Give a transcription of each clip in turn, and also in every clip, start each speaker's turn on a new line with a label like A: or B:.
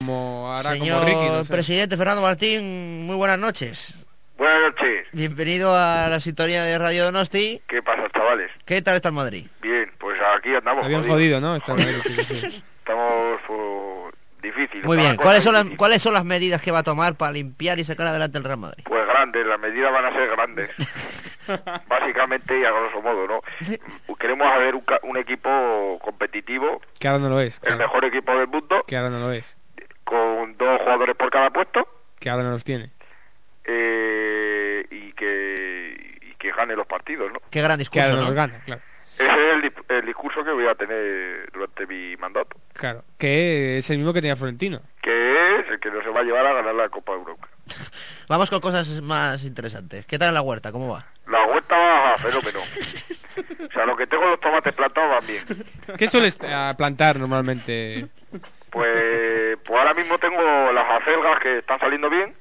A: Como hará
B: Señor
A: como Ricky, no sé.
B: presidente Fernando Martín, muy buenas noches.
C: Buenas noches.
B: Bienvenido a la sintonía de Radio Donosti.
C: ¿Qué pasa, chavales?
B: ¿Qué tal está el Madrid?
C: Bien, pues aquí andamos.
A: Habían jodido,
C: jodidos.
A: ¿no? Esta madre, sí, sí, sí.
C: Estamos pues, difícil.
B: Muy
C: Cada
B: bien.
C: cosa
B: ¿Cuáles son, las,
C: difícil.
B: ¿Cuáles son las medidas que va a tomar para limpiar y sacar adelante el Real Madrid?
C: Pues grandes, las medidas van a ser grandes. Básicamente y a grosso modo, ¿no? Queremos haber un, ca- un equipo competitivo,
A: Que ahora no lo es.
C: el
A: claro.
C: mejor equipo del mundo,
A: Que ahora no lo es.
C: con dos jugadores por cada puesto
A: Que ahora no los tiene.
C: eh, y, que, y que gane los partidos, ¿no?
B: Qué gran
A: Que
B: discurso,
A: ahora no
B: ¿no?
A: los gana, claro.
C: Ese es el, dis- el discurso que voy a tener durante mi mandato,
A: Claro. Que es el mismo que tenía Florentino.
C: que es el que nos va a llevar a ganar la Copa Europa.
B: Vamos con cosas más interesantes. ¿Qué tal en la huerta? ¿Cómo va?
C: La huerta va fenómeno. O sea, lo que tengo los tomates plantados van bien.
A: ¿Qué sueles ah, plantar normalmente?
C: Pues, pues ahora mismo tengo las acelgas que están saliendo bien.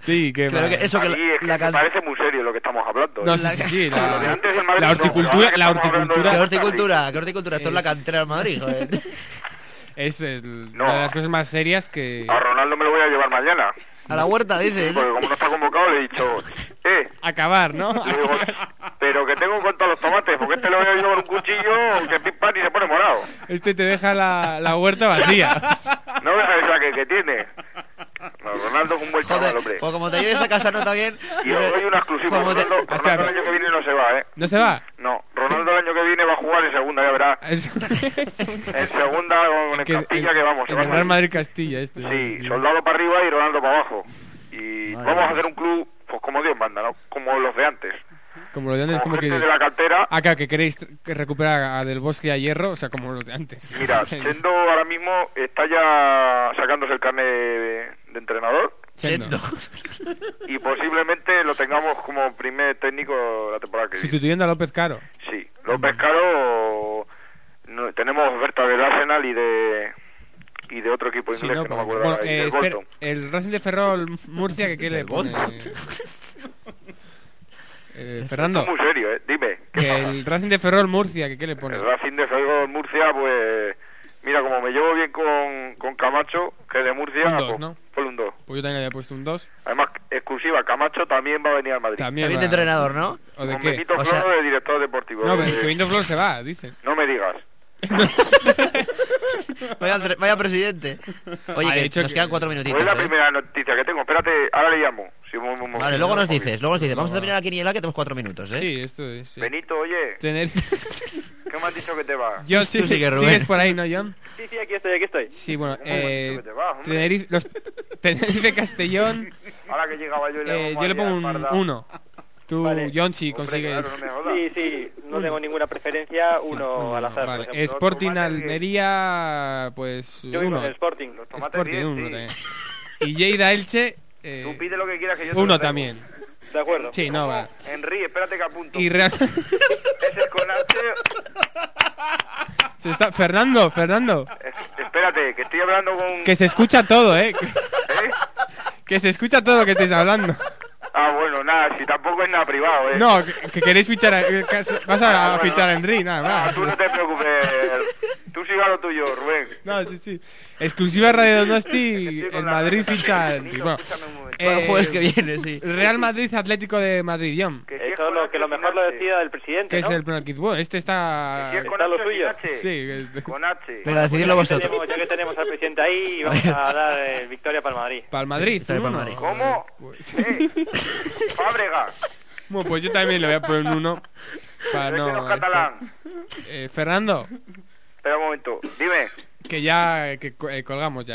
A: Sí, que.
B: Claro
A: va-
B: que eso
C: A
B: que
C: mí es que
B: la,
C: me parece muy serio lo que estamos hablando.
A: No,
C: ¿eh?
A: sí, sí, sí,
C: Lo de
A: la,
C: antes del Madrid
A: la
C: no, ahora
A: horticultura,
C: que
A: la
C: estamos hablando de
A: horticultura
B: ¿Qué
C: la-
B: horticultura? ¿Qué horticultura? Esto es la cantera del Madrid, joder.
A: es el-
C: No.
A: una de las cosas más serias que.
C: A Ronaldo me lo voy a llevar mañana.
B: A la huerta,
C: Sí,
B: dices.
C: Porque como no está convocado le he dicho, eh,
A: Acabar, ¿no?
C: le digo, pero que tengo en cuenta los tomates, porque este le voy a llevar un cuchillo que pim pam y se pone morado.
A: Este te deja la, la huerta vacía.
C: No ves el saque que tiene. No, Ronaldo es un buen chaval, hombre.
B: Joder, pues como te lleves a casa no está bien.
C: Y os doy una exclusiva.
B: Como te-
C: Ronaldo, Ronaldo el año que viene no se va, ¿eh?
A: ¿No se va?
C: No, Ronaldo el año que viene va a jugar en segunda, ya verás.
A: Es-
C: En segunda con el
A: que-
C: Castilla que vamos. se
A: en
C: va
A: el Real
C: a morir.
A: Madrid Castilla, este.
C: Sí, soldado para arriba y Ronaldo para abajo. Y
B: Madre
C: vamos
B: mía.
C: a hacer un club, pues como Dios manda, ¿no? Como los de antes.
A: Como lo de antes,
C: Como
A: como
C: gente
A: que. Ah,
C: de la cantera.
A: Acá, que queréis tr- que recuperar a Del Bosque a Hierro, o sea, como los de antes.
C: Mira,
A: Sendo.
C: Sendo ahora mismo está ya sacándose el carnet de, de entrenador
B: Yendo.
C: y posiblemente lo tengamos como primer técnico la temporada que viene.
A: Sustituyendo a López Caro.
C: Sí, López Caro no, tenemos oferta del Arsenal y de y de otro equipo
A: Sí,
C: inglés
A: no,
C: que Pues
A: pero-
C: no me acuerdo
A: bueno,
C: ahora, y
A: eh,
C: del
A: espera,
C: Bolton.
A: el Racing de Ferrol Murcia, que qué le pone? Eh, Fernando,
C: Es muy serio, ¿eh? Dime. ¿qué
A: que
C: pasa?
A: el Racing de Ferrol Murcia, que qué le pone?
C: El Racing de Ferrol Murcia, pues mira, como me llevo bien con, con Camacho, que es de Murcia,
A: Un dos,
C: pues,
A: ¿no?
C: ponle un dos.
A: Pues yo también le había puesto un 2.
C: Además, exclusiva, Camacho también va a venir al Madrid.
A: También.
B: También
A: va-
B: de entrenador, ¿no?
A: ¿O de
C: Con
A: qué?
C: Benito
B: O sea-
C: Floro, de director deportivo.
A: No,
C: de-
A: pero que Windows Flor se va, dicen.
C: no me digas.
B: Vaya, entre- vaya presidente. Oye,
A: Ha
B: que
A: dicho
B: nos
A: que-
B: quedan cuatro minutitos.
C: Pues es la
B: ¿eh?
C: primera noticia que tengo. Espérate, ahora le llamo. Sí, un- un- un-
B: Vale, luego nos
C: un-
B: dices, luego nos dices. Vamos a
A: No,
B: terminar la quiniela que tenemos cuatro minutos, ¿eh?
A: Sí, esto es. sí.
C: Benito, oye,
A: Tener.
C: ¿qué me has dicho que te va?
A: Yo
B: Tú sigue, Rubén.
A: ¿Sigues por ahí, no, John?
D: Sí, sí, aquí estoy, aquí estoy.
A: Sí, bueno,
C: ¿Cómo
A: eh,
C: que te vas, hombre?
A: Tenerife, los, Tenerife Castellón,
C: Ahora que llegaba yo y
A: eh,
C: vamos
A: yo
C: a
A: le pongo
C: liar,
A: un
C: parda.
A: 1. Tú,
D: Vale.
A: John, si
C: Hombre,
A: consigues.
C: claro, no me jodas.
D: Sí, sí, no tengo ninguna preferencia,
A: Uno,
D: uno al azar.
A: vale.
D: por ejemplo.
A: Sporting
C: Tomate bien.
A: Almería, pues
D: Yo vivo en
A: 1.
D: el Sporting.
C: Los tomates
A: Sporting
C: bien,
A: 1
C: sí.
A: también. Y Lleida Elche,
C: Tú pide lo que quieras que yo te lo
A: 1
C: traigo.
A: también.
D: De acuerdo.
A: Sí, no, va.
C: Henry, espérate que apunto.
A: Y Real.
C: Ese es con H.
A: se está... Fernando, Fernando,
C: Es- Eh, Espérate, que estoy hablando con.
A: que se escucha todo, ¿eh?
C: ¿Eh?
A: Que se escucha todo lo que estáis hablando.
C: Ah, bueno, nada, si tampoco es nada privado, ¿eh?
A: No, que, que queréis fichar a, que Vas a,
C: Ah, bueno.
A: fichar a Henry, nada
C: Ah,
A: más.
C: tú no te preocupes. Tú siga lo tuyo, Rubén.
A: No, sí, sí. Exclusiva Radio Donosti,
C: Estoy con
A: el
C: la-
A: Madrid ficha...
C: Benito,
A: bueno,
C: escúchame un momento.
B: Para
A: eh,
B: el jueves que viene, sí.
A: Real Madrid Atlético de Madrid, John.
C: Que si es
D: Eso
C: con
D: lo,
C: H
D: que lo
C: sin
D: mejor lo
C: H.
D: decida el presidente,
A: Que es
D: ¿no?
A: el Plan Kid Bueno, este está...
C: Si es con
D: Está lo
C: H sin
D: suyo.
C: H.
A: Sí, es-
C: Con H.
B: Pero decididlo
D: Ya que
B: vosotros.
D: tenemos- ya que tenemos al presidente ahí, vamos a dar eh, victoria para el Madrid.
A: para el Madrid.
B: Está para el
A: uno.
B: Madrid.
C: ¿Cómo?
A: Pues,
C: ¿Eh? Fábrega.
A: bueno, pues yo también le voy a poner un uno. Para
C: Pero este no
A: no...
C: es catalán.
A: esto. Eh, Fernando,
C: Espera un momento. Dime.
A: que ya eh, que co- eh, colgamos ya, eh,